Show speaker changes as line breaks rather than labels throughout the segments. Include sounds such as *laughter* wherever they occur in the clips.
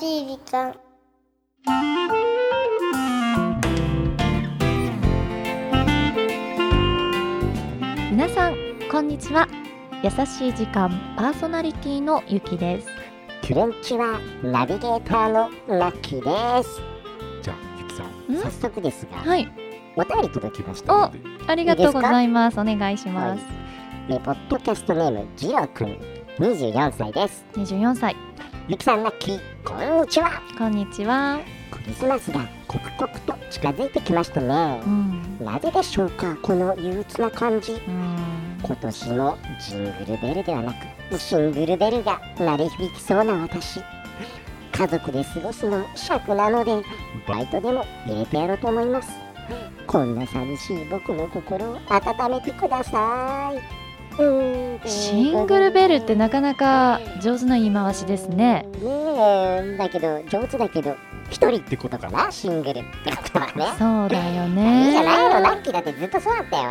しい時間
皆さんこんにちは優しい時間パーソナリティのゆきです
キュンチはナビゲーターのラッキーです。じゃあ、ゆきさ
ん
ん、早速ですが、
はい
お便り届きましたので、
ありがとうございますお願いします、
えーポッドキャストネーム、ジローくん、24歳です。
24歳
ゆきさん、ラッキー、こんにちは。
こんにちは
クリスマスが刻々と近づいてきましたね
う。ん
なぜでしょうか、この憂鬱な感じ。
うん
今年もジングルベルではなく、シングルベルが鳴り響きそうな私。家族で過ごすの尺なので、バイトでも入れてやろうと思います。こんな寂しい僕の心を温めてください。うーん
シングルベルってなかなか上手な言い回しですね
ねえ、だけど、上手だけど、一人ってことかな、シングルってことはね。
そうだよ
いいじゃないの、ラ
ね
ッキーだってずっとそうだったよ。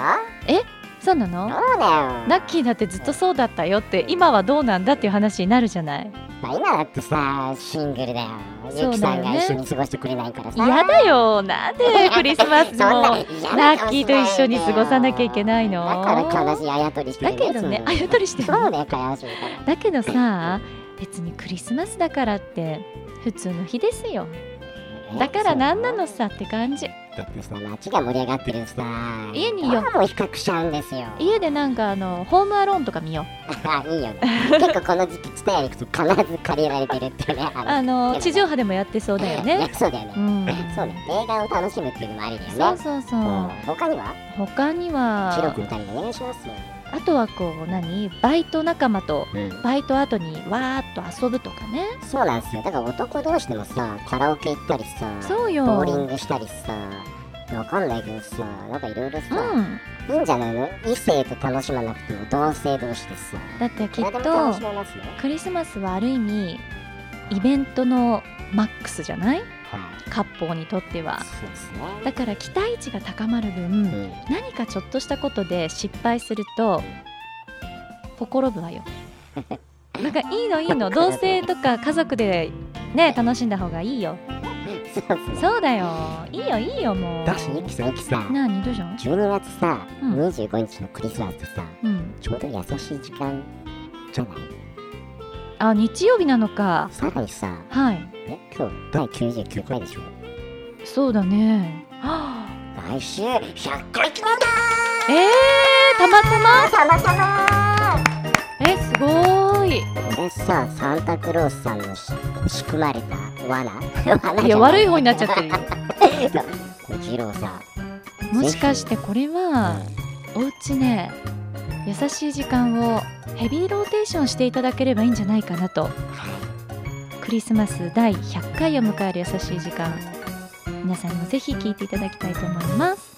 そうな
そ
の
うだよ。
ラッキーだってずっとそうだったよって今はどうなんだっていう話になるじゃない
まあ、今だってさシングルだよ
そうだよね
ゆきさんが一緒に過ごしてくれないからさ
*laughs* 嫌だよなんでクリスマス
そん
も
な
ラ
嫌な顔しないでよ
ッキーと一緒に過ごさなきゃいけないの
だから悲しいあやとりして
だ
る
けどねあや
り
とりしてる
そうだよ悲しいから
だけどさ別にクリスマスだからって普通の日ですよだからなんなのさって感じ
だってさ街が盛り上がってるさ
家にいよう
ドラマも比較しちゃうんですよいい
家でなんかあのホームアローンとか見よう
よね結構この時期伝えに行くと必ず借りられてるっていうね
あの地上波でもやってそうだよね
そうだよね、
うん
そうだよ映画を楽しむっていうのもありだよね
そうそうそう
うん他には
他に
白ロ
は
君二人お願いしますよ、
あとはこう何バイト仲間と
うん
バイト後にわーっと遊ぶとかね
そうなんですよだから男同士でもさカラオケ行ったりさ
そうよ
ボーリングしたりさわかんないけどさなんかいろいろ
う
さ、
ん
いいんじゃないの異性と楽しまなくても同性同士でさ
だってき
い
っ
くらでも楽
と
しめますよ
クリスマスはある意味イベントのマックスじゃない
はい
割烹にとっては
そうです
だから期待値が高まる分、
ね
何かちょっとしたことで失敗するとほころぶわよなんかいいのいいの同性とか家族でね楽しんだ方がいいよ
うんそうですね
そうだよいいよいいよもう
だしゆきさんゆきさん
何どうしたの
12月さ、
うん
25日のクリスマスってさ
うん
ちょうど優しい時間じゃない
あ日曜日なのか
さらにさ
はい
え今日第99回でしょ
そうだねはあ
来週100回記念だ
えー、たまたま
ーさまさま
えすごーい
これさサンタクロースさんのし仕組まれた罠罠
*laughs* いや悪い方になっちゃってるよ
ジローさん
もしかしてこれは
ぜ
お
ひ
うちね優しい時間をヘビーローテーションしていただければいいんじゃないかなとクリスマス第100回を迎える優しい時間皆さんにもぜひ聞いていただきたいと思います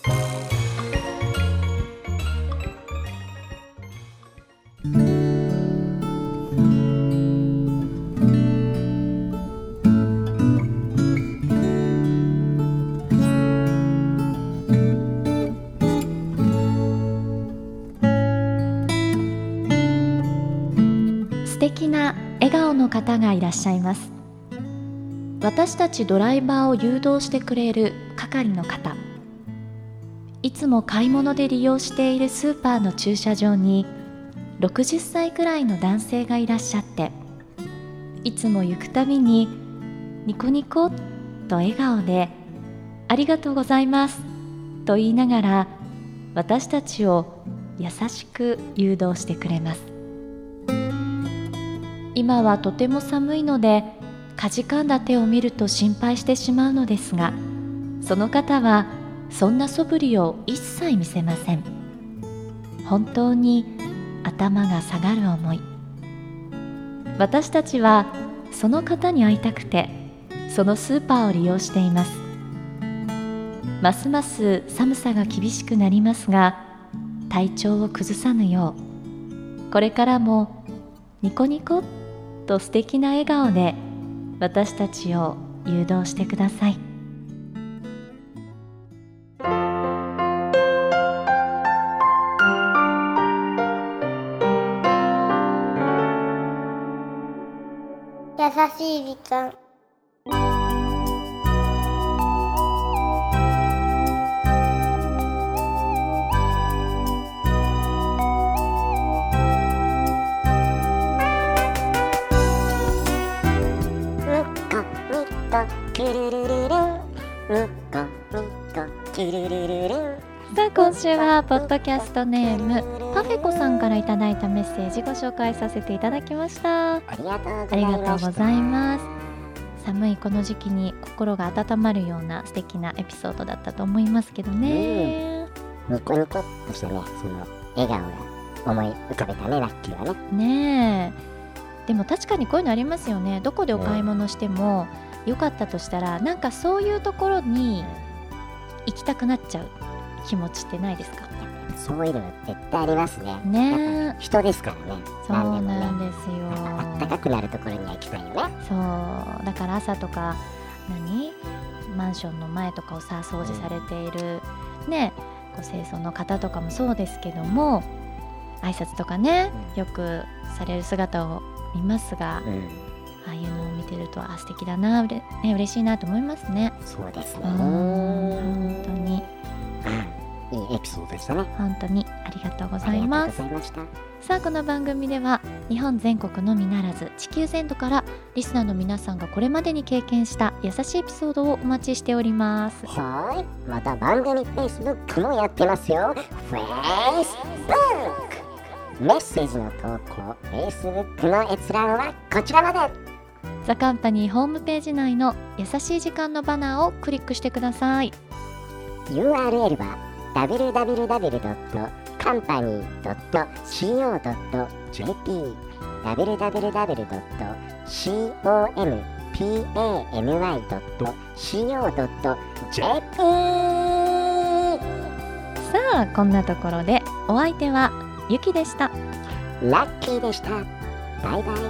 素敵な笑顔の方がいらっしゃいます私たちドライバーを誘導してくれる係の方いつも買い物で利用しているスーパーの駐車場に60歳くらいの男性がいらっしゃっていつも行くたびにニコニコっと笑顔で「ありがとうございます」と言いながら私たちを優しく誘導してくれます今はとても寒いのでかじかんだ手を見ると心配してしまうのですがその方はそんな素振りを一切見せません本当に頭が下がる思い私たちはその方に会いたくてそのスーパーを利用していますますます寒さが厳しくなりますが体調を崩さぬようこれからもニコニコっと素敵な笑顔で私たちを誘導してください
優しい時間
リン
さあ今週はポッドキャストネームパフェコさんからいただいたメッセージご紹介させていただきましたあ
ありがとうござ
り
い
が
ま
と
す
うございます寒いこの時期に心が温まるような素敵なエピソードだったと思いますけどね、
ニコニコっとしたねその笑顔が思い浮かべたねラッキーはね
ねえでも確かにこういうのありますよねどこでお買い物しても良かったとしたらなんかそういうところに行きたくなっちゃう気持ちってないですか
そういうのは絶対ありますね
ねえ
人ですからね
そうなん
ね
です
あった
よ
かくなるところには行きたいよね
そうだから朝とか何マンションの前とかをさ掃除されている、ねこう清掃の方とかもそうですけども挨拶とかねよくされる姿を見ますが、
うん
ああいうのを見てるとあ素敵だなうれ、ね、嬉しいなと思いますね
そうですね
うん本当に
うんいいエピソードでしたね
本当にありがとうご
あ
ざい
り
ま
がとうご
す
ざいました
さあこの番組では日本全国のみならず地球全土からリスナーの皆さんがこれまでに経験した優しいエピソードをお待ちしております
はーいまた番組 Facebook もやってますよ Facebook メッセージの投稿 Facebook の閲覧はこちらまで
ザカンパニーホームページ内の優しい時間のバナーをクリックしてください
URL は www.company.co.jp www.company.co.jp
さあこんなところでお相手はゆきでした
ラッキーでしたバイバイ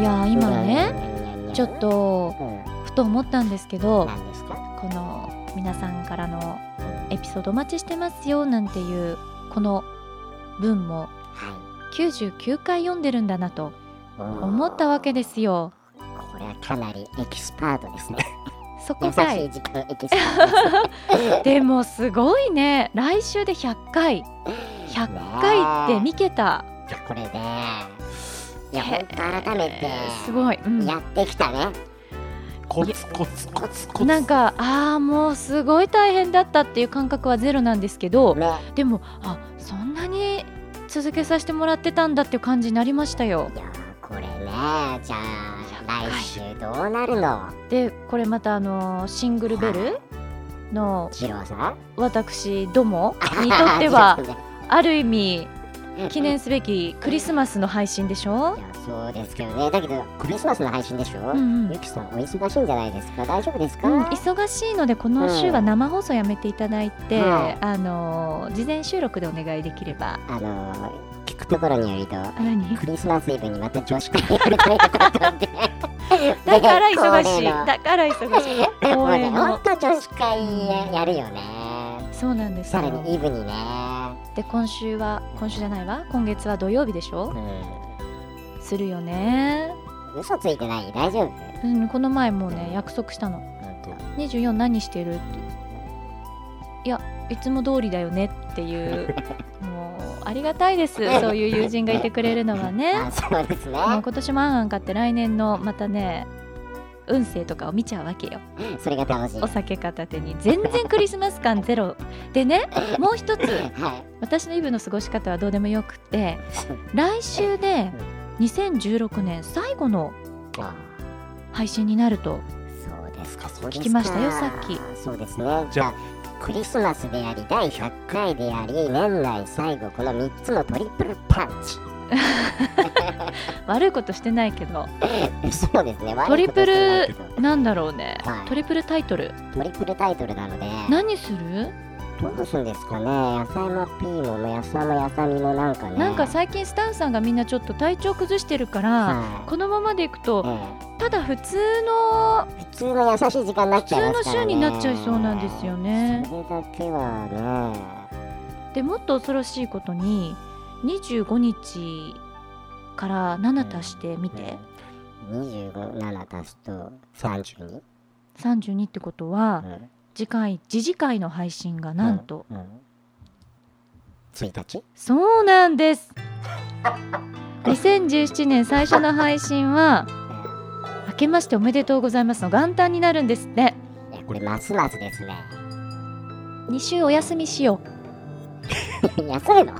いやー今ね
ね
ちょっ、と
うん、
ふと思ったんですけど
何ですか
この皆さんからのエピソードお待ちしてますよなんていうこの文も
は
99回読んでるんだなと
い
思ったわけですすよ
これはかなりエキスパート
*laughs*
ですね
そこ
優
か
し
い
い時間エキス
*laughs*
パートですね
でもすごいね来週で100回100回って見けた
いやこれねいや本当改めて
すごい、うん
やってきたね、
コツコツコツコツ
なんかあーもうすごい大変だったっていう感覚はゼロなんですけど
ね
でもあそんなに続けさせてもらってたんだっていう感じになりましたよ
いやこれねじゃあ来週どうなるの
でこれまたあのシングルベルの
次郎さん
私どもにとって
*laughs*
はある意味記
い
念すべきクリスマスの配信でしょ
やそうですけどねだけどクリスマスの配信でしょ、
うんうん
ゆきさんお忙しいんじゃないですか大丈夫ですか、
うん、忙しいのでこの週は
うん
生放送やめていただいて、
はい
あのー事前収録でお願いできれば
あのー聞くところによると
あ何
クリスマスイブにまた女子会やるということで
*laughs* だから忙
*laughs*
しい
恒例の
だから忙しい
*laughs* もうね、
公の
ほんと女子会やるよね。
そうなんです
さ
よ
らにイブにね。
で今週は今週じゃないわ今月は土曜日でしょ
う
するよね、
ん。嘘ついてない大丈夫
うん、この前もうね約束したの24何してるっていやいつも通りだよねって
*laughs*
いうもうありがたいですそういう友人がいてくれるのはね
*laughs* あそうですね。
*laughs* もう今年もあんあん買って来年のまたね運勢とかを見ちゃうわけよ
それが楽しい。
お酒片手に全然クリスマス感ゼ
*laughs*
ロでねもう一つ
は
私のイブの過ごし方はどうでもよくて
い。
来週で2016年最後の
あ
配信になると
そうですか、そうです
聞
か。
きましたよさっき。
そうですね。じゃあ、クリスマスであり、第100回であり、年内最後、この3つのトリプルパンチ。 *laughs*
悪いことしてないけど
そうですね、
トリプル
悪いことしてないけど
なんだろうね
はい
トリプルタイトル
トリプルタイトルなので。
何する
どうすんですかね野菜もピーマンも野菜も野菜もなんかね
なんか最近スタンさんがみんなちょっと体調崩してるから
はい
このままでいくと
え
ただ普通の
え普通の優しい時間になっちゃいますから、ね、
普通の週になっちゃいそうなんですよね
それだけはね
でもっと恐ろしいことに25日から7足してみて、
27足すと32
32ってことは次回次次回の配信がなんと、、
うんうん1日
そうなんです *laughs* 2017年最初の配信は
え
「明けましておめでとうございます」の元旦になるんですって
えいやこれますますですね
2週お休みしよ
*laughs* 休むの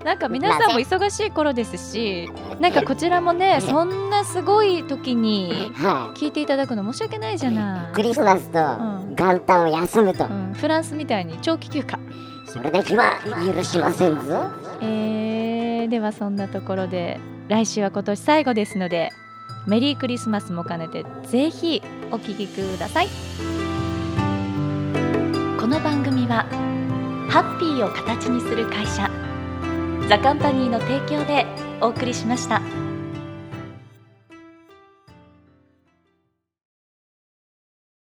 うなんか皆さんも忙しい頃ですしなんかこちらもねそんなすごい時に
は
聞いていただくの申し訳ないじゃないい
クリスマスと
ん
元旦を休むと、
うん、フランスみたいに長期休暇、
それだけは許しませんぞ
えー、ではそんなところで来週は今年最後ですのでメリークリスマスも兼ねてぜひお聞きくださいこの番組はハッピーを形にする会社ザカンパニーの提供でお送りしました。